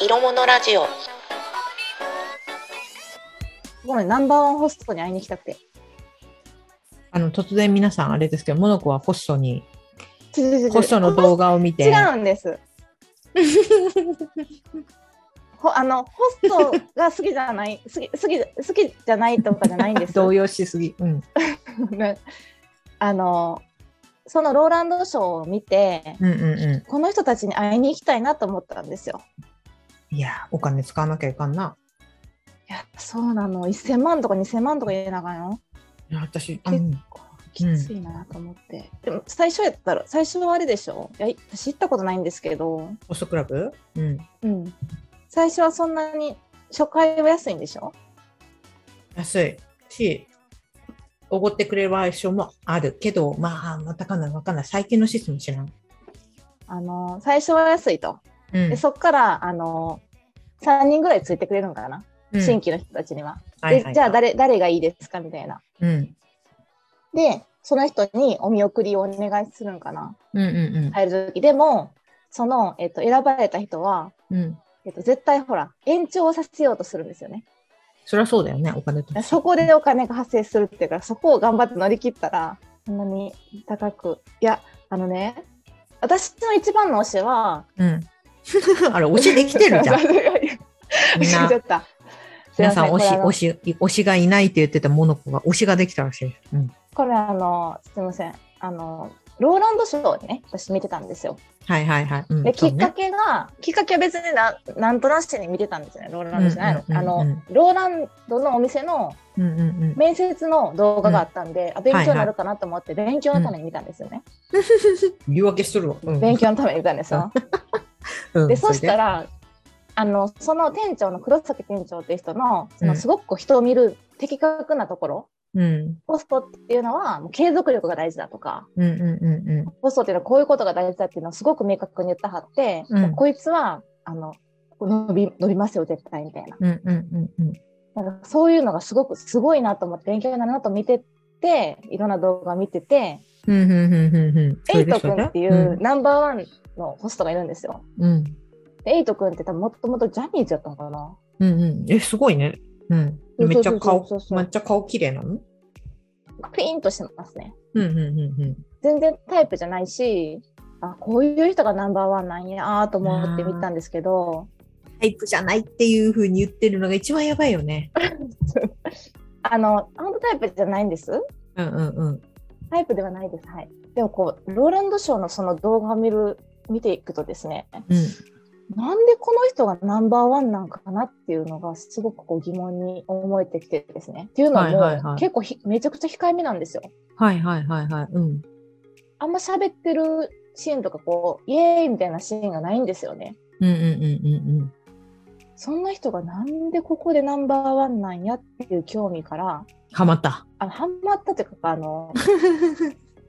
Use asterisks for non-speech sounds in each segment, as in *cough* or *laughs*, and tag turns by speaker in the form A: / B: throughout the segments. A: 色物ラジオ
B: ごめん、ナンバーワンホストに会いに行きたくて。
C: あの、突然皆さんあれですけど、モノコはホストに、
B: ちょちょちょちょ
C: ホストの動画を見て、
B: 違うんです。 *laughs* ほあのホストが好きじゃない、 *laughs* 好き好き好きじゃないとかじゃないん
C: *laughs*
B: です。
C: 動揺しすぎ。うん。
B: ねあのそのローランドショーを見て、
C: うんう
B: この人たちに会いに行きたいなと思ったんですよ。
C: ん。いや、お金使わなきゃいかんな。
B: いや、そうなの。1000万とか2000万とか入れなあかんよ。
C: いや私、
B: 結構きついなと思って。でも最初やったら、最初はあれでしょ。いや、私行ったことないんですけど、
C: ホストクラブうん。
B: うん。最初はそんなに、初回は安いんでしょ
C: 安いし、おごってくれる相性もあるけど、まあ、またかんない、わかんない。最近のシステム知らん。
B: あの最初は安いと、
C: うん
B: でそこからあの3人ぐらいついてくれるのかな、
C: うん
B: 新規の人たちには。
C: はいはい
B: で
C: はい
B: じゃあ誰誰がいいですかみたいな。
C: うん。
B: でその人にお見送りをお願いするのかな
C: うんうん
B: 入る時でもその、えっと選ばれた人は、
C: うん。うん。
B: えっと絶対ほら延長させようとするんですよね。
C: そりゃそうだよね、お金と。
B: そこでお金が発生するっていうからそこを頑張って乗り切ったらそんなに高くいやあのね私の一番の推しは
C: うん。 *laughs* あれ、推しでき
B: *laughs*
C: てるじゃん。みん
B: 忘れ *laughs*
C: な
B: ちゃ、った。
C: 皆さん推し、推
B: し。
C: し、推しがいないって言ってたモノコが推しができたらしいです。うん。
B: これあの、すみません。あの、ローランドショーをね、私見てたんですよ。
C: はいはいはい。うん、
B: で、き
C: そう
B: っか
C: ね。
B: けが、きっかけは別にななんとなしに見てたんですよね、ローランドじゃないの。
C: うんうんうんう
B: あ
C: ん
B: の、ローランドのお店の
C: うんうん
B: *laughs*
C: うん。
B: 面接の動画があったんで、あ勉
C: はい
B: 強
C: は
B: に
C: い
B: なるかなと思って、勉強のために見たんですよね。
C: 言い訳しとるわ。うん、
B: 勉強のために見たんですよ。
C: うん。
B: で、そした
C: ら、
B: ら、あの、その店長の黒崎店長っていう人の、そうの
C: ん
B: すごくこう人を見る的確なところ、
C: うん。
B: ホストっていうのはもう継続力が大事だとか、
C: うんうんうんうん。
B: ホストっていうのはこういうことが大事だっていうのをすごく明確に言ったはって、
C: うん
B: こいつはあの伸び伸びますよ絶対みたいな
C: うんうんうんうん。
B: なんかそういうのがすごくすごいなと思って勉強になるなと見てていろんな動画見てて
C: うんうんうんうんうん。そ
B: エ
C: れ
B: イ
C: で
B: ト
C: それ
B: 君
C: で
B: っていうナンバーワンのホストがいるんですよ。
C: うん。うん
B: でエイト君って多分もともとジャニーズやったのかな
C: うんうん。え、すごいね。うん。
B: そうそうそう
C: めっちゃ
B: そ
C: 顔
B: うそう、そう
C: めっちゃ顔綺麗なの
B: ピーンとしてますね。
C: うんうんうんうん。
B: 全然タイプじゃないしあこういう人がナンバーワンなんやと思って見たんですけど。
C: タイプじゃないっていう風に言ってるのが一番やばいよね。
B: あの、本当タイプじゃないんです。
C: うんうんうん。
B: タイプではないです。はい。でもこう、ローランドショーのその動画を見る、見ていくとですね、
C: うん。
B: なんでこの人がナンバーワンなんかなっていうのがすごくこう疑問に思えてきてですね。っていうのも、
C: はいはいはい
B: 結構ひめちゃくちゃ控えめなんですよ。
C: はいはいはいはい。うん。
B: あんま喋ってるシーンとかこう、イエーイみたいなシーンがないんですよね。
C: うんうんうんうん
B: そんな人がなんでここでナンバーワンなんやっていう興味から、
C: うん。はまった。
B: あのハマったというか、あ
C: *laughs*
B: の、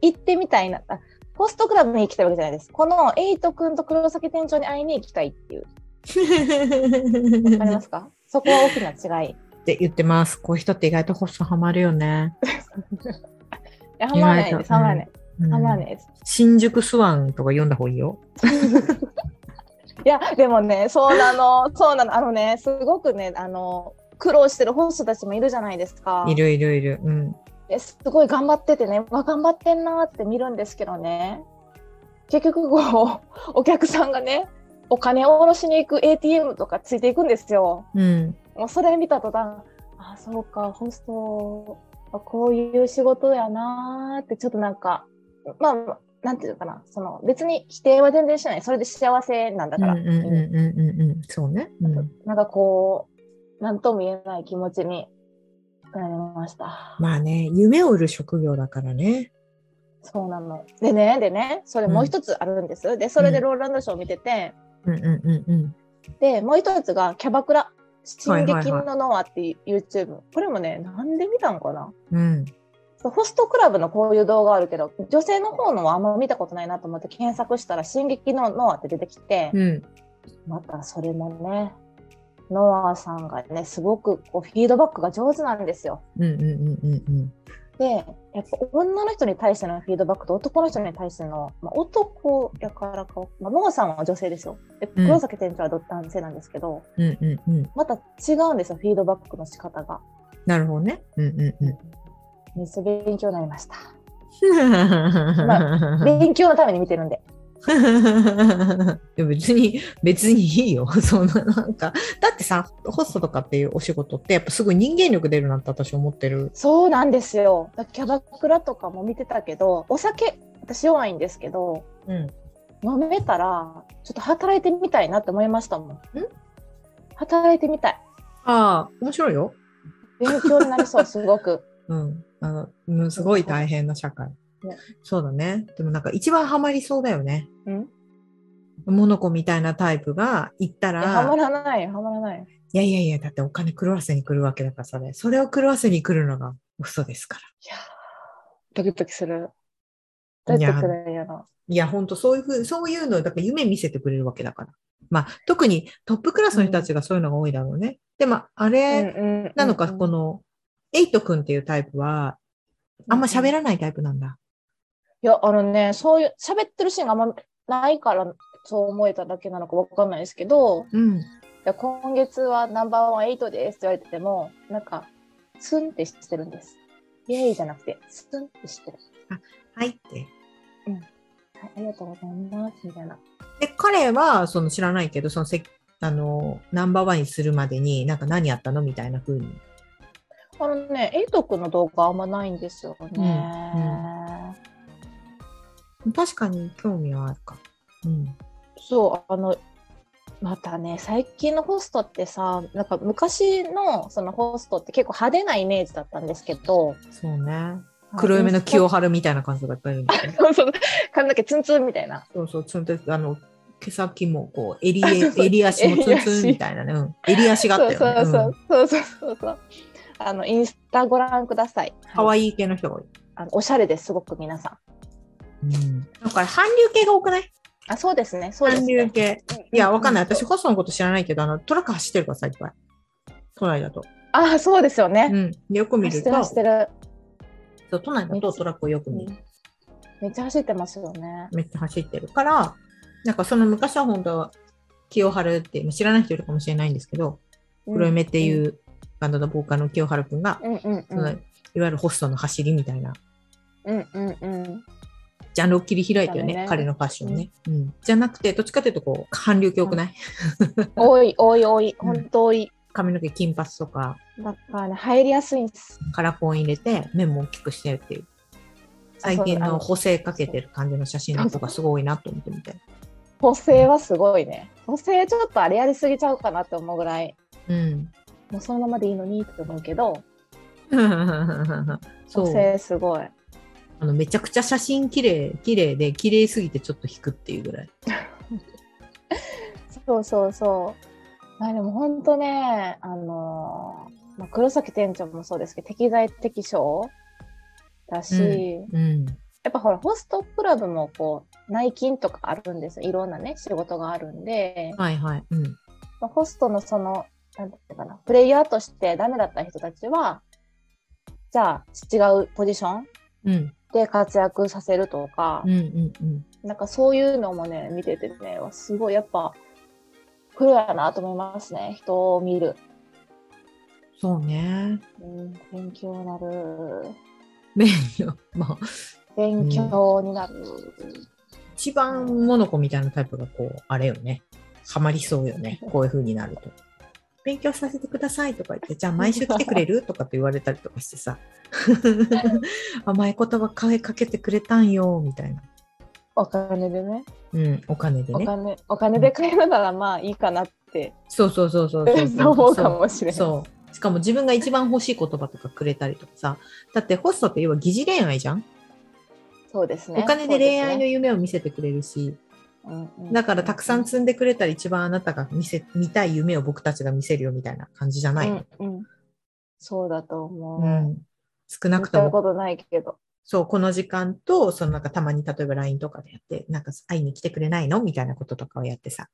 B: 行ってみたいな。あホストクラブに行きたいわけじゃないです。このエイト君と黒崎店長に会いに行きたいって
C: *laughs*
B: いう。わかりますかそこは大きな違い。い
C: って言ってます。こういう人って意外とホストハマるよね。
B: や、ハマらないです。ハマらない。
C: うん
B: ハマらないです。
C: 新宿スワンとか読んだ方がいいよ。
B: いや、でもね、そうなの、そうなの。あのね、すごくね、あの、苦労してるホストたちもいるじゃないですか。
C: いるいるいる。うん。
B: ですごい頑張っててね、わ、頑張ってんなーって見るんですけどね。結局、こう、 *laughs* お客さんがね、お金を下ろしに行く ATM とかついていくんですよ。
C: うん。
B: もうそれ見た途端、あ、そうか、ホスト、こういう仕事やなーって、ちょっとなんか、まあ、なんていうのかな、その、別に否定は全然しない。それで幸せなんだ
C: うん
B: から。
C: うんうんうんうんうん。そうね。うん。
B: なんかこう、なんとも言えない気持ちになりました。
C: まあね、夢を売る職業だからね。
B: そうなの。でね、でね、それもう一つあるんです。で、それで
C: うん
B: ローランドショーを見てて、
C: うんうんうんうん。
B: で、もう一つがキャバクラ。
C: はい
B: 進
C: はいはい
B: 撃のノアっていう YouTube。これもね、なんで見たのかな
C: うん。
B: そうホストクラブのこういう動画あるけど女性の方のはあんま見たことないなと思って検索したら「進撃のノア」って出てきて、
C: うん。
B: またそれもねノアさんがねすごくこうフィードバックが上手なんですよ。
C: うんうんうんうんうん。
B: で、やっぱ女の人に対してのフィードバックと男の人に対しての、まあ、男やからか、まあ、ノアさんは女性ですよ。で、
C: うん
B: 黒崎店長は男性なんですけど、
C: うんうんうん。
B: また違うんですよ、フィードバックの仕方が。
C: なるほどね。うんうんうん。
B: めっちゃ勉強になりました。
C: ま *laughs*
B: 勉強のために見てるんで。
C: でも別に、別にいいよ。 *laughs* そんな、なんか。だってさ、ホストとかっていうお仕事って、やっぱすごい人間力出るなって私思ってる。
B: そうなんですよ。だキャバクラとかも見てたけど、お酒、私弱いんですけど、
C: うん。
B: 飲めたら、ちょっと働いてみたいなって思いましたもん。働いてみたい。
C: ああ、面白いよ。
B: 勉強になりそう、すごく。
C: うん。あの、うんすごい大変な社会
B: ね。
C: そうだね。でもなんか一番ハマりそうだよね。
B: うん。
C: モノコみたいなタイプが行った
B: いやはま
C: ら、
B: らない、はまらない。
C: いやいやいや、だってお金狂わせに来るわけだから、それ。それを狂わせに来るのが嘘ですから。
B: ドキドキする。どうやってくれるんやろ。
C: いや、ほんと、そういうふう、そういうの、だから夢見せてくれるわけだから。まあ、特にトップクラスの人たちがそういうのが多いだろうね。でも、あれ
B: うん
C: なのか、こ。の、エイト君っていうタイプは、あんま喋
B: ない。
C: らないタイプなんだ。
B: いや、あのね、そういう、喋ってるシーンがあんまないから、そう思えただけなのかわかんないですけど、
C: うん。
B: いや今月はナンバーワンエイトですって言われてても、なんか、スンってしてるんです。イエーイじゃなくて、スンってしてる。
C: はいって。
B: はい、ありがとうございます、みたいな。
C: で、彼は、その知らないけど、そのせ、あの、ナンバーワンにするまでに、なんか何やったのみたいな風に。
B: あのね、エイト君の動画あんまないんですよね。
C: うん確かに興味はあるか。うん。
B: そうあのまたね最近のホストってさなんか昔のそのホストって結構派手なイメージだったんですけど
C: そうね。黒夢の清春みたいな感じがいっぱいいるんだよね。
B: そうそう髪の毛ツンツンみたいな
C: そうそう、ツンツン、あの、毛先もこう、襟、
B: あ *laughs* そうそう
C: 襟足もツンツン
B: 襟足
C: みたいなね。うん、襟足があったよね。
B: そううんそうそうそうそうそうあのインスタご覧ください
C: 可愛い系の人が多い。
B: あのおしゃれですすごく皆さん
C: うん。だから、韓流系が多くない
B: あそうですねそうです
C: 韓流
B: ね
C: 系。いや、わかんない。私、ホストのこと知らないけど、あの、トラック走ってるからさ、いっぱい。都内だと。
B: あそうですよ
C: う
B: ね、
C: ん。でよく見
B: 走
C: る
B: ってる
C: と、
B: 走ってる、
C: そう都内だとトラックをよく見る。
B: めっちゃ走ってますよね
C: めっちゃ走ってるから、なんかその昔は本当は清春って、知らない人いるかもしれないんですけど、黒夢っていううバンドのボーカルの清春くんが、
B: うんうんう
C: その
B: ん
C: いわゆるホストの走りみたいな
B: うんうんうん
C: ジャンルを切り開いたよ
B: そ
C: ね、
B: うだね
C: 彼のファッションね、うんじゃなくて、どっちかというとこう、韓流教くない、
B: 多い多い多い
C: うん
B: 本当多い、
C: 髪の毛金髪とか、
B: だからね、入りやすいんです。
C: カラコン入れて、目も大きくしてるっていう。最近
B: あそうあ
C: の
B: の
C: 補正かけてる感じの写真の子がすごいなと思ってみて。
B: 補正はすごいね。補正ちょっとあれやりすぎちゃうかなって思うぐらい、
C: うん。
B: もうそのままでいいのにって思うけど、
C: そ *laughs*
B: 補
C: う。
B: 正すごい。
C: あの、めちゃくちゃ写真綺麗、綺麗で、綺麗すぎてちょっと引くっていうぐらい。
B: そうそうそう。まあでも本当ね、あのーまあ、黒崎店長もそうですけど、適材適所だし、
C: うん。
B: やっぱほら、ホストクラブもこう、内勤とかあるんですよ。いろんなね、仕事があるんで、
C: はいはい。うん。
B: まあホストのその、なんていうかな、プレイヤーとしてダメだった人たちは、じゃあ違うポジション
C: うん。
B: で活躍させるとか
C: うん、うんうん。
B: なんかそういうのもね、見ててね、わすごいやっぱ、プロやなと思いますね、人を見る。
C: そうね。 *laughs*
B: うん、勉強になる。
C: メインの、まあ、
B: 勉強になる。
C: 一番モノコみたいなタイプがこう、あれよね。ハマりそうよ
B: *laughs*
C: ね。こういう風になると。勉強させてくださいとか言って、じゃあ毎週来てくれるとかって言われたりとかし
B: *laughs*
C: てさ。甘い言葉声かけてくれたんよ、みたいな。
B: お金でね、
C: うん、お金で
B: お
C: ね。
B: 金、お金で買えるならまあいいかなって、
C: そうそうそうそうそうそう。
B: *laughs* そう思うかもしれない。
C: そう。しかも自分が一番欲しい言葉とかくれたりとかさ。だってホストって要は疑似恋愛じゃん、
B: そうですね。
C: お金で恋愛の夢を見せてくれるし、だからたくさん
B: つ
C: 積んでくれたら一番あなたが見せ見たい夢を僕たちが見せるよみたいな感じじゃない、
B: うんうん、そうだと思う。
C: う
B: うん
C: 少な
B: 見
C: くと
B: た
C: も、
B: ことないけど。
C: そう、この時間と、そのなんかたまに例えば LINE とかでやって、なんか会いに来てくれないのみたいなこととかをやってさ、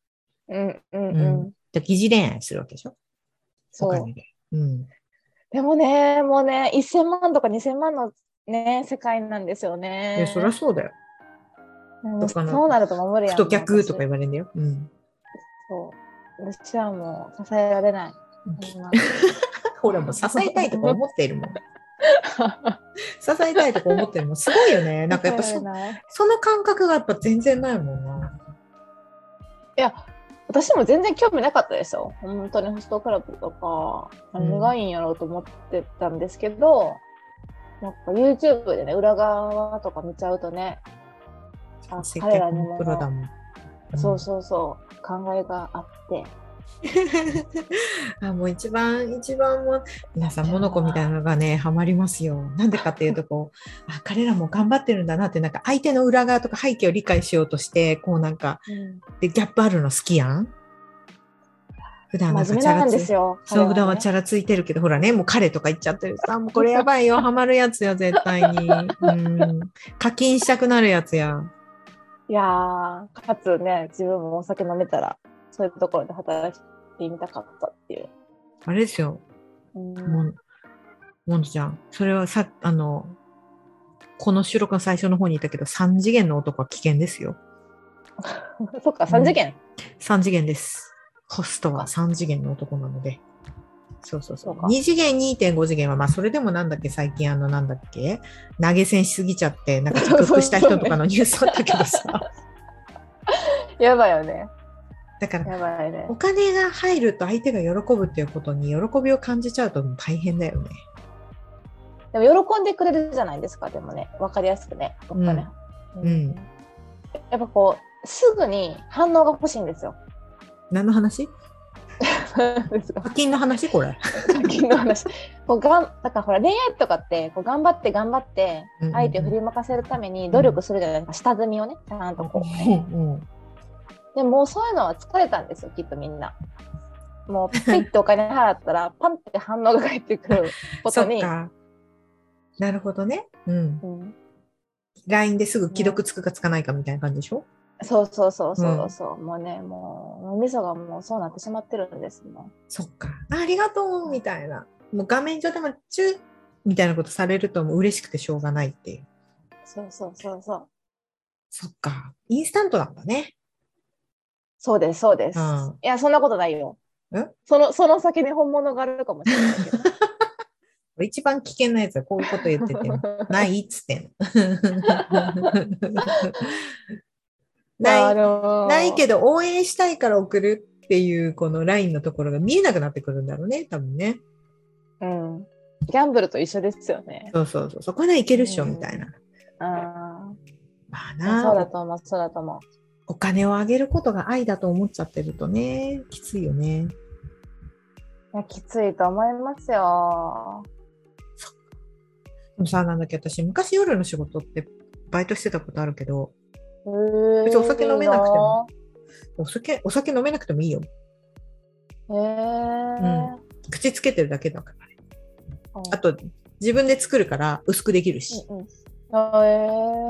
B: うんうん
C: う
B: うん
C: ん。じゃあ疑似恋愛するわけでしょお
B: そう
C: 金で。うん。
B: でもね、もうね、1000万とか2000万のね、世界なんですよね。
C: いや、そりゃそうだよ。
B: もう
C: とかの
B: そうなると守るやん。
C: 太客と
B: 私
C: か言われるんだよ。うん。
B: そう。私はもう支えられない。そんな
C: ほら、もう支えたいとか思っているもん。支えたいとか思ってるもん。すごいよね。 *laughs* なんかやっぱ
B: 支えら
C: そ
B: れない
C: その感覚がやっぱ全然ないもんな。
B: いや、私も全然興味なかったですよ。本当にホストクラブとか、
C: うん
B: 何がいいんやろうと思ってたんですけど、やっぱ YouTube でね、裏側とか見ちゃうとね、あ
C: 接
B: 彼ら
C: 客
B: に
C: の
B: も
C: プロだもん。
B: そうそうそう、考えがあって。
C: あもう一番一番もう皆さんモノコみたいなのがねハマりますよ。なんでかっていうとこう *laughs* あ彼らも頑張ってるんだなってなんか相手の裏側とか背景を理解しようとしてこうなんかでギャップあるの好きやん。普段なん
B: 真面
C: か
B: 目
C: チャ
B: な
C: ラ
B: ん
C: つ
B: で
C: い
B: すよ。
C: そう普段は
B: ね
C: チャラついてるけどほらねもう彼とか言っちゃってるさもうこれやばいよハマるやつよ絶
B: *laughs*
C: 対に。うん課金したくなるやつや。
B: いやー、かつね、自分もお酒飲めたら、そういうところで働いてみたかったっていう。
C: あれですよ
B: うん
C: もん、もんちゃん、それはさ、あの、この収録の最初の方にいたけど、3次元の男は危険ですよ。
B: *laughs* そっか、3次元。
C: 3次元です。ホストは3次元の男なので。そうそうそう。
B: そうか
C: 2次元、2.5次元は、まあ、それでもなんだっけ、最近、あの、なんだっけ、投げ銭しすぎちゃって、なんか克服した人とかのニュースあったけどさ。
B: やばいよね。
C: *laughs* だから、
B: やばいね
C: お。金が入ると相手が喜ぶっていうことに喜びを感じちゃうと大変だよね。
B: でも喜んでくれるじゃないですか、でもね、わかりやすくね。やっぱね
C: んうん
B: やっぱこう、すぐに反応が欲しいんですよ。
C: 何の話
B: ですが
C: 課金の話これ。
B: さっきの話。こうがんだからほら、恋愛とかって、こう頑張って頑張って、
C: うんうんうん
B: 相手を振りまかせるために努力するじゃないですか、下積みをね、ちゃんとこう。
C: うんうん
B: でもうそういうのは疲れたんですよ、きっとみんな。もう、ピッてお金払ったら、パンって反応が返ってくることに。
C: *laughs* そっかなるほどね。うん。
B: うん、
C: LINE ですぐ既読つくかつかないかみたいな感じでしょ、
B: そうそうそうそうそう、もうね、もう、脳みそがもうそうなってしまってるんですもん。
C: そっか。あありがとうみたいな。もう画面上でもチューみたいなことされるともう嬉しくてしょうがないっていう。
B: そうそうそうそう。
C: そっか。インスタントなんだね。
B: そうです、そうです。
C: うん
B: いや、そんなことないよ
C: え。
B: その、その先に本物があるかもしれないけど。
C: 一番危険なやつはこういうこと言って *laughs* てもないっつってん *laughs* の。
B: *laughs* あ
C: ない
B: のー
C: ないけど応援したいから送るっていうこの LINE のところが見えなくなってくるんだろうね、多分ね。
B: うん。ギャンブルと一緒ですよね。
C: そうそうそう、そこならいけるっしょ、
B: うん
C: みたいな。
B: あ
C: まあ
B: あ、そうだ
C: な、
B: と思う、そうだと思う。
C: お金をあげることが愛だと思っちゃってるとね、きついよね。
B: いや、きついと思いますよ。
C: でもさ、なんだっけ、私、昔夜の仕事ってバイトしてたことあるけど、
B: 別
C: 別にお酒飲めなくてもお酒お酒飲めなくてもいいよ。
B: へえ、
C: 口つけてるだけだから。
B: うん
C: あと、自分で作るから薄くできるし。
B: うんうんあへ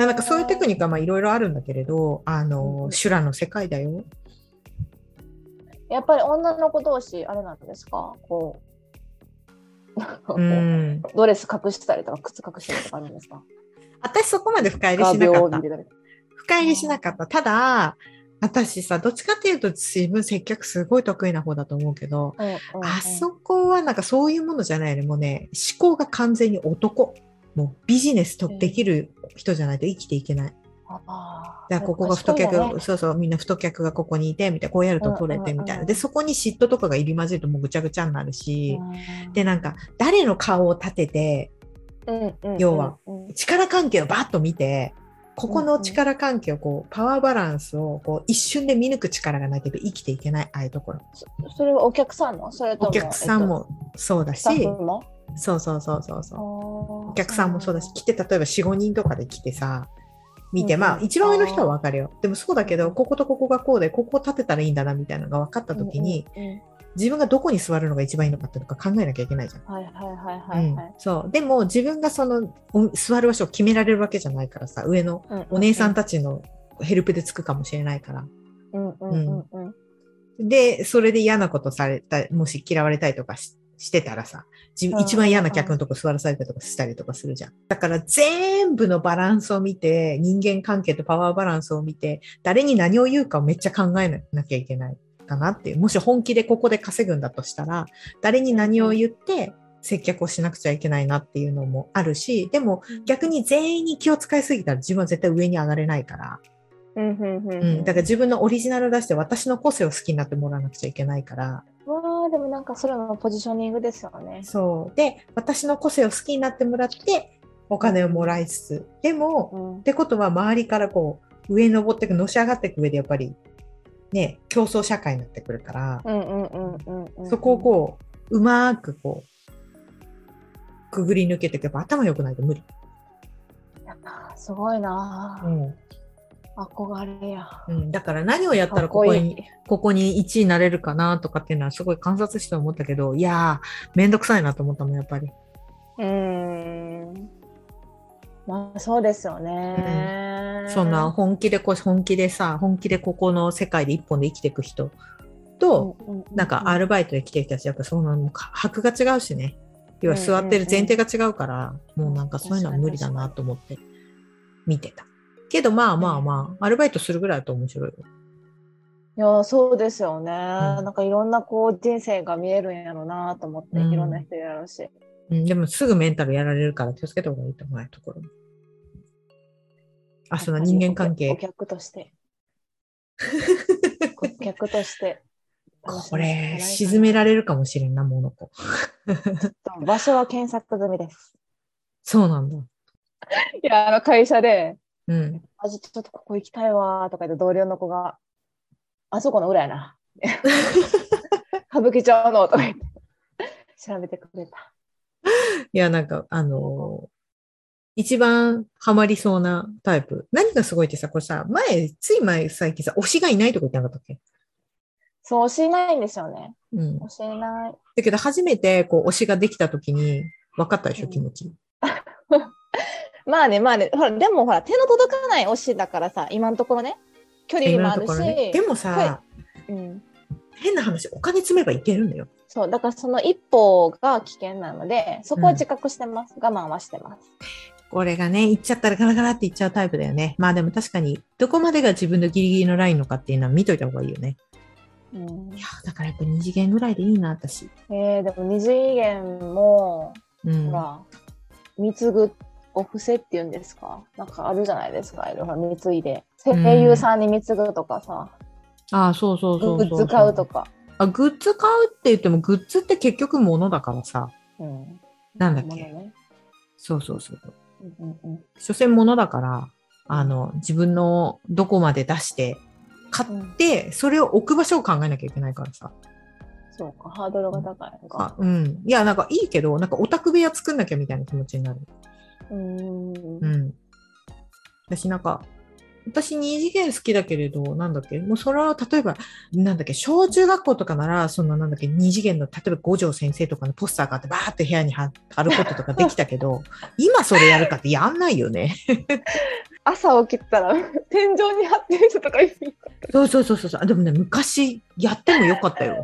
B: え
C: なんかそういうテクニックはまあいろいろあるんだけれど、あ
B: うんう
C: の、
B: ん
C: 修羅の世界だよ。
B: やっぱり女の子同士あれなんですかこうなんかこう
C: うん。
B: ドレス隠したりとか靴隠したりとかあるんですか
C: 私そこまで深入りしなか
B: 画
C: った
B: 鋲を入。れたりとか
C: 深入りしなかった。ただ、私さ、どっちかっていうと自分接客すごい得意な方だと思うけど、
B: うんうんうん
C: あそこはなんかそういうものじゃないよね。もうね、思考が完全に男。もうビジネスと
B: うん
C: できる人じゃないと生きていけない。
B: あー
C: だからここが太客、
B: 賢いんだね
C: そうそう、みんな太客がここにいて、みたいな、こうやると取れて、みたい
B: うんうんう
C: な。
B: ん
C: で、そこに嫉妬とかが入り混じるともうぐちゃぐちゃになるし、
B: うん
C: で、なんか、誰の顔を立てて、
B: うんうんうん
C: 要は
B: うん
C: 力関係をバッと見て、ここの力関係をこう、パワーバランスをこう、一瞬で見抜く力がないと生きていけない、ああいうところ。
B: そそれはお客さんのそれとも
C: お客さんもそうだ
B: えっとスタ、
C: し
B: ッフも
C: そうそうそうそうそう。
B: お
C: お客さんもそうだし、来て、例えば4、5人とかで来てさ、見て、
B: うん
C: まあ、一番上の人はわかるよ。でもそうだけど、こことここがこうで、ここを立てたらいいんだな、みたいなのが分かった時に、
B: うんうんうん
C: 自分がどこに座るのが一番いいのかっていうのか考えなきゃいけないじゃん。
B: はいはいはいはいは
C: うん
B: い、
C: そう。でも、自分がその、お座る場所を決められるわけじゃないからさ、上の
B: うんうん
C: お姉さんたちのヘルプでつくかもしれないから。
B: うんうんうんうん
C: で、それで嫌なことされた、もし嫌われたりとかししてたらさ、自
B: うん
C: 一番嫌な客のとこ座らされたりとかしたりとかするじゃん。だから全部のバランスを見て、人間関係とパワーバランスを見て、誰に何を言うかをめっちゃ考えなきゃいけないかなっていう。もし本気でここで稼ぐんだとしたら、誰に何を言って接客をしなくちゃいけないなっていうのもあるし、でも逆に全員に気を使いすぎたら自分は絶対上に上がれないから、
B: うんうんうん
C: う、
B: うんん
C: だから自分のオリジナルを出して私の個性を好きになってもらわなくちゃいけないから、
B: わあでもなんかそれもポジショニングですよね。
C: そう。で、私の個性を好きになってもらって、お金をもらいつつ、でも、
B: うん
C: ってことは周りからこう、上に登っていく、のし上がっていく上で、やっぱり、ね、競争社会になってくるから、
B: うんうんうんうんうん。
C: そこをこう、うまーくこう、くぐり抜けていけば頭良くないと無理。
B: やっぱすごいな
C: う
B: あ、
C: ん。
B: 憧れや。
C: うん、だから何をやった
B: からっ
C: こ
B: こ
C: こ
B: い
C: に
B: い。
C: ここに1位になれるかなとかっていうのはすごい観察して思ったけど、いやー、めんどくさいなと思ったもん、やっぱり。
B: うーん。まあそうですよね、
C: そんな本気でこう本気でさ本気でここの世界で一本で生きていく人と、
B: ううう
C: なんかアルバイトで生きてきた人やっぱそのもう箔が違うしね要は座ってる前提が違うから、もうなんかそういうのは無理だなと思って見てたけどまあまあまあアルバイトするぐらいだと面白いよ
B: いやそうですよね、
C: ん
B: なんかいろんなこう人生が見えるんやろうなと思って、
C: うん
B: いろんな人やろうし。
C: うん、でもすぐメンタルやられるから気をつけた方がいいと思うところもあそんな人間関
B: お
C: 係
B: 客と
C: *laughs*
B: して。顧客として。
C: これ沈められるかもしれんなモノコ
B: 場所は検索済みです。
C: そうなんだ
B: いや、あの会社で、
C: うん
B: あ、ちょっとここ行きたいわーとか言って同僚の子が、あそこの裏や
C: *laughs*
B: な。歌舞伎町のとか言って、調べてくれた。
C: いや、なんか、あのー一番ハマりそうなタイプ。何がすごいってさ、これさ、前、つい前、最近さ、推しがいないとか言ってなかったっけ
B: そう、教えないんですよね。
C: うん。
B: 教えない。
C: だけど、初めて、こう、推しができた時に、分かったでしょ、
B: うん
C: 気持ち。
B: まあね、まあね、ほら、でもほら、手の届かない推しだからさ、今のところね、距離も
C: 今
B: あ
C: の
B: る
C: と
B: し、
C: ころね。でもさ
B: は、うん、
C: 変な話、お金積めばいけるんだよ。
B: そう、だからその一歩が危険なので、そこは自覚してます。我慢はしてます。
C: これがね、行っちゃったらガラガラって行っちゃうタイプだよね。まあでも確かに、どこまでが自分のギリギリのラインのかっていうのは見といた方がいいよね。
B: うん
C: いや、だからやっぱ二次元ぐらいでいいな、私。
B: えー、でも二次元も、
C: うん
B: ほ。ら、貢ぐお布施っていうんですかなんかあるじゃないですか、いろいろ貢いで。声優さんに貢ぐとかさ、
C: ああ、そうそうそう
B: グ
C: そうそ
B: ッ
C: う。
B: ズ買うとか。
C: あ、グッズ買うって言っても、グッズって結局物だからさ。
B: うん。
C: なんだっけ
B: ものね
C: そうそうそう。
B: うんうんうん
C: 所詮物だから、あの、自分のどこまで出して、買って、それを置く場所を考えなきゃいけないからさ。
B: そうか、ハードルが高いの
C: あ
B: か。
C: うん。いや、なんかいいけど、なんかオタク部屋作んなきゃみたいな気持ちになる。
B: うーん
C: う。ん。私なんか、私二次元好きだけれど、なんだっけもうそれは例えば、なんだっけ小中学校とかなら、そのなんだっけ二次元の、例えば五条先生とかのポスターがあって、バーって部屋に貼貼ることとかできたけ *laughs* ど、今それやるかってやんないよね。
B: 朝起きたら *laughs* 天井に貼ってる人とかいる。
C: そうそうそうそうそう。あでもね、昔やってもよかったよ。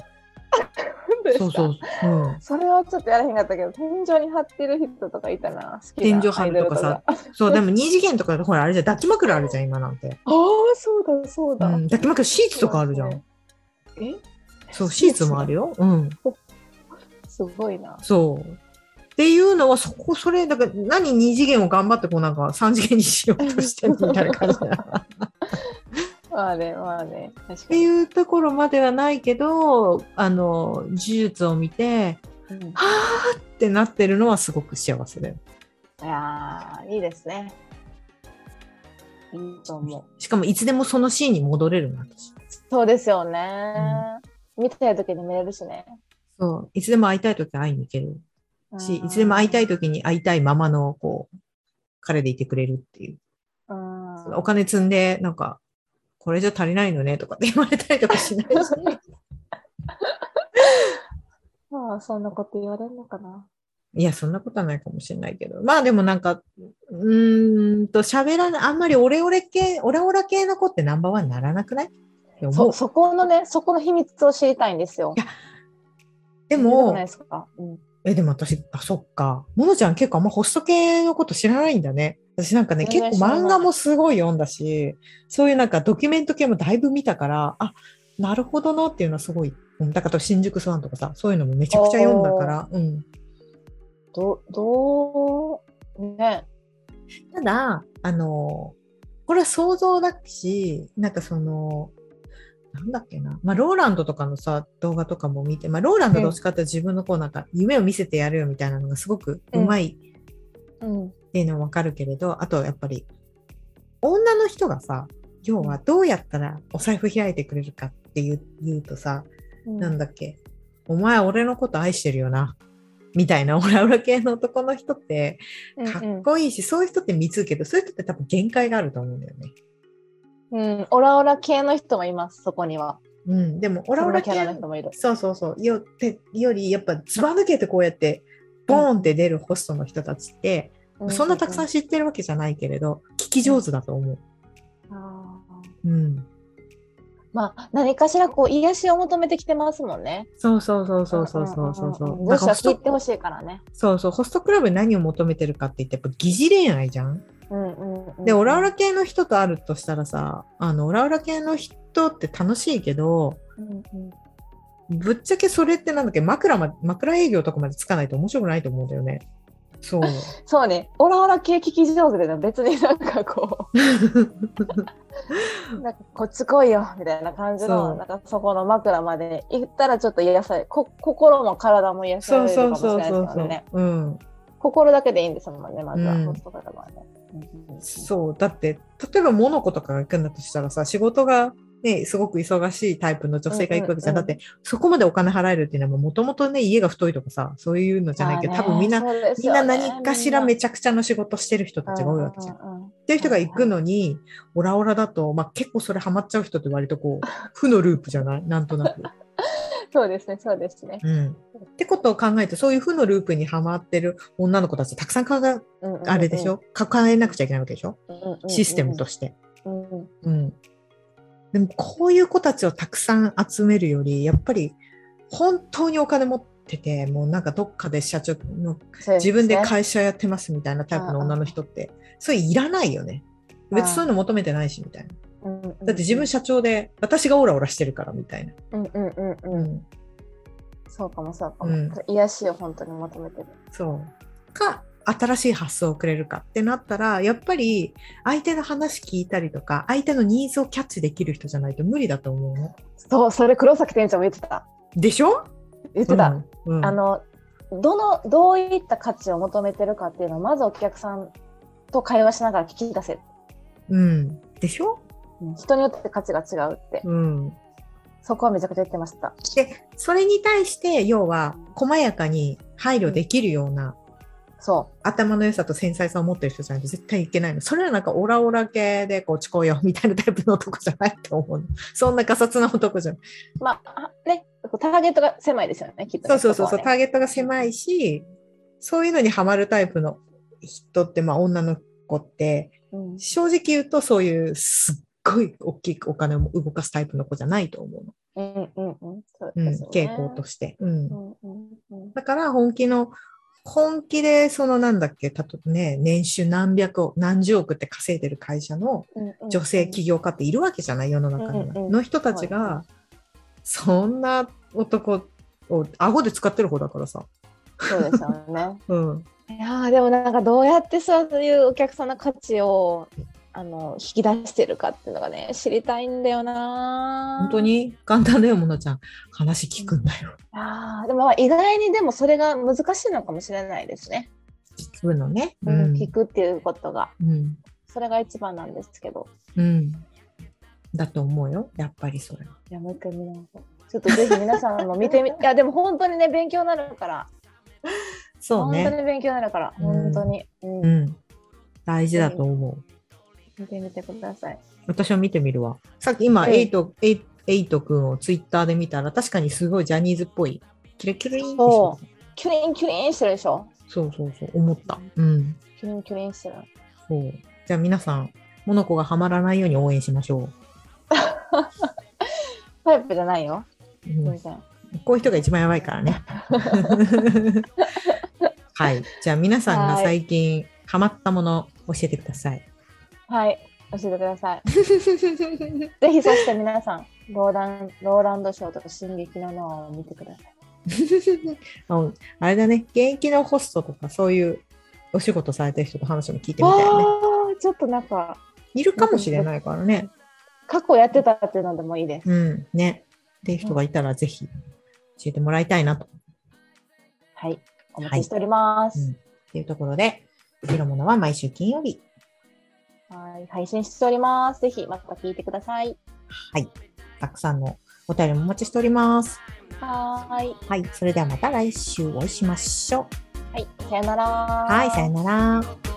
B: なんで。
C: そうそうう。うん。
B: それはちょっとやらへんかったけど、天井に貼ってる人とかいたな。好き
C: 天
B: な
C: 井貼るとかさ
B: アイドルとか。
C: そう、でも二次元とか、ほら、あれじゃん、抱き枕あるじゃん、今なんて。
B: ああ、そうだ、そう
C: う
B: だ。
C: ん、抱き枕シーツとかあるじゃん。
B: え
C: そう、シーツもあるよ。うん。
B: すごいな。
C: そう。っていうのは、そこ、それ、だから、何二次元を頑張って、こう、なんか、三次元にしようとしてるみたいな感じだ。っ
B: まあね、まあね。確か
C: て
B: に。
C: いうところまではないけど、あの、呪術を見て、
B: うん
C: はーってなってるのはすごく幸せだよ。
B: いやーいいですね。いいと思う。
C: しかも、いつでもそのシーンに戻れるな、私。
B: そうですよね。見てる時に見れるしね。
C: そう。いつでも会いたいとき会いに行けるし、いつでも会いたいときに会いたいままの、こう、彼でいてくれるっていう。
B: うん。
C: お金積んで、なんか、これじゃ足りないのねとかって言われたりとかしないし。
B: *laughs* まあ、そんなこと言われるのかな。
C: いや、そんなことはないかもしれないけど。まあでもなんか、うーんと、喋らない、あんまりオレオレ系、オラオラ系の子ってナンバーワンにならなくないって思。
B: そうそこのね、そこの秘密を知りたいんですよ。
C: で
B: 良く
C: も
B: ない、ですか、うん、
C: え、でも私、あ、そっか。ものちゃん結構あんまホスト系のこと知らないんだね。私なんかね、
B: 全然
C: 結構
B: 知らない
C: 漫画もすごい読んだし、そういうなんかドキュメント系もだいぶ見たから、あ、なるほどなっていうのはすごい。うん、だから新宿スワンとかさ、そういうのもめちゃくちゃ読んだから。うん。
B: どどうね
C: ただ、あの、これは想像だし、なんかその、なんだっけな。まあ、ローランドとかのさ、動画とかも見て、まあ、ローランドどっちかっていうと自分のこうなんか夢を見せてやるよみたいなのがすごくうまい
B: うん
C: っていうのはわかるけれど、あとやっぱり、女の人がさ、要はどうやったらお財布開いてくれるかっていう言うとさ、
B: うん
C: なんだっけ、お前俺のこと愛してるよな、みたいなオラオラ系の男の人って、か
B: うんう
C: っ
B: ん
C: こいいし、そういう人って見つけど、そういう人って多分限界があると思うんだよね。
B: うん、オラオラ系の人もいます、そこには。
C: うん、でもオ
B: オ
C: ラオラ
B: キ
C: 系
B: ャラの人もいる。
C: そうそうそう。よってより、やっぱずば抜けてこうやって、ボーンって出るホストの人たちって、そんなたくさん
B: う
C: 知ってるわけじゃないけれど、聞き上手だと思
B: うんうん。あー
C: う。うん。
B: まあ、何かしらこう癒しを求めてきてますもんね。
C: そうそうそうそうそうそうそうそ
B: んんん
C: う。
B: んどう
C: な
B: んして
C: か
B: も
C: ホス
B: 聞い
C: ト
B: てほしいからね。
C: そうそうホストクラブに何を求めてるかって言ってやっぱ疑似恋愛じゃん。
B: うんうんうん、
C: でオラオラ系の人とあるとしたらさあのオラオラ系の人って楽しいけど
B: うんうん
C: ぶっちゃけそれってなんだっけ枕,、ま、枕営業とかまでつかないと面白くないと思うんだよね。そう
B: そうね、オラオラ系聞き上手でね別になんかこう、なんかこっち来いよみたいな感じ
C: そ
B: の、
C: う
B: なんかそこの枕まで行ったらちょっと癒され、こ心も体も癒さ
C: *laughs* そう
B: れるか
C: そう
B: もしれ
C: そう
B: ないです
C: そう
B: か
C: そ
B: ら
C: う
B: ね。。
C: うん、
B: 心だけでいいんですもんね、まずは、
C: うん
B: ホストクラブはね。うんうん
C: そうだって例えばモノコとかが行くんだとしたらさ仕事が、ね、すごく忙しいタイプの女性が行くわけじゃん,、
B: うんうんうん
C: だってそこまでお金払えるっていうのはもともとね家が太いとかさそういうのじゃないけど、
B: まあ
C: 多
B: ね
C: 分みんな、
B: そうです
C: みん
B: よね
C: な何かしらめちゃくちゃの仕事してる人たちが多いわけじゃん。っ。ていう人が行くのにオラオラだと、まあ、結構それハマっちゃう人って割とこう負のループじゃないなんとなく。
B: そうですね、そうですね。
C: うん、ってことを考えてそういう負のループにはまってる女の子たちたくさんかが
B: うんうんうん
C: あれでしょ、、抱えなくちゃいけないわけでしょ
B: うんうんうん
C: システムと。して。
B: うんうん
C: うん。でもこういう子たちをたくさん集めるより、やっぱり本当にお金持ってて、もうなんかどっかで社長
B: そ
C: の
B: うすね
C: 自分で会社やってますみたいなタイプの女の人って、それいらないよね。別にそういうの求めてないしみたいな。
B: うんうんうん
C: だって自分社長で、私がオラオラしてるからみたいな。
B: うんうんうん
C: う
B: うん。
C: ん。
B: そうかもそうか
C: うん
B: も。癒しを本当に求めてる。
C: そう。か、新しい発想をくれるかってなったら、やっぱり相手の話聞いたりとか、相手のニーズをキャッチできる人じゃないと無理だと思うの。
B: そう、それ黒崎店長も言ってた。
C: でしょ
B: 言ってた。
C: うんうん
B: あの、どの、どういった価値を求めてるかっていうのを、まずお客さんと会話しながら聞き出せ。
C: うん。でしょ
B: 人によって価値が違うって。
C: うん。
B: そこはめちゃくちゃ言ってました。
C: で、それに対して、要は、細やかに配慮できるような、
B: そ
C: 頭の良さと繊細さを持ってる人じゃないと絶対いけないの。それはなんかオラオラ系で、こう、ちこうよみたいなタイプの男じゃないと思うの。そんなガサツな男じゃない。
B: う。まあ、あね、ターゲットが狭いですよね、きっと
C: そ
B: ね、
C: うそうそうそう、
B: こ
C: タ
B: はね
C: ーゲットが狭いし、そういうのにハマるタイプの人って、まあ、女の子って、
B: うん
C: 正直言うと、そういうすっごい大きいお金を動かすタイプの子じゃないと思うの。
B: うんうんうん。そう
C: うん、
B: ですよね
C: 傾向として。うん
B: う。んうんうん
C: だから本気の、本気でそのなんだっけ、たとね、年収何百億、何十億って稼いでる会社の
B: うんうん。
C: 女性起業家っているわけじゃない、世の中には。
B: うんうん
C: の人たちが、そんな男を顎で使ってる方だからさ。
B: そうですよね。
C: うん。
B: いやーでもなんかどうやってそういうお客さんの価値をあの引き出してるかっていうのがね知りたいんだよなー
C: 本当に簡単だよ、ものちゃん。話聞くんだよ。
B: あーでもまあ意外にでもそれが難しいのかもしれないですね、
C: 聞くのね。う
B: うん
C: ん。
B: 聞くっていうことが
C: うん。
B: それが一番なんですけど
C: うん。だと思うよ、やっぱりそれは。
B: いやもう一回見直そうちょっとぜひ皆さんも見て *laughs* みいやでも本当にね勉強になるから、
C: そう
B: 本当
C: ね。
B: に勉強になるから
C: うん
B: 本当に、うん
C: うん。大事だと思う。
B: 見てみてください
C: 私は見てみるわ。さっき今、
B: うん
C: エイト、エイエイト君をツイッターで見たら、確かにすごいジャニーズっぽい。キレキレインって
B: そ
C: して
B: キュリンキュリンしてるでしょ
C: たそうそうそう、思った。うん。
B: キュリンキュリンしてる
C: そう。じゃあ皆さん、モノコがハマらないように応援しましょ
B: タイプじゃないよ
C: う。うん
B: 全然
C: こういう人が一番やばいからね。
B: *laughs*
C: はい。じゃあ皆さんが
B: はい
C: 最近ハマったもの教えてください。
B: はい。教えてください。ぜひそして皆さん、ローランローランドショーとか進撃のノアを見てください。
C: うんあれだね。現役のホストとかそういうお仕事されてる人と話も聞いてみ
B: わ
C: たいね。
B: ーちょっとなんか、
C: いるかもしれないからね。
B: 過去やってたっていうのでもいいです。
C: うん。ね。っていう人がいたらぜひ教えてもらいたいなと。
B: はい。お待ちしております。
C: うんっていうところで、見るものは毎週金曜日。
B: はい、配信しております。ぜひまた聞いてください。
C: はい。たくさんのお便りもお待ちしております。
B: はーい、
C: はい。それではまた来週お会いしましょう。
B: はい、さよなら。
C: はい。さよなら。
A: 「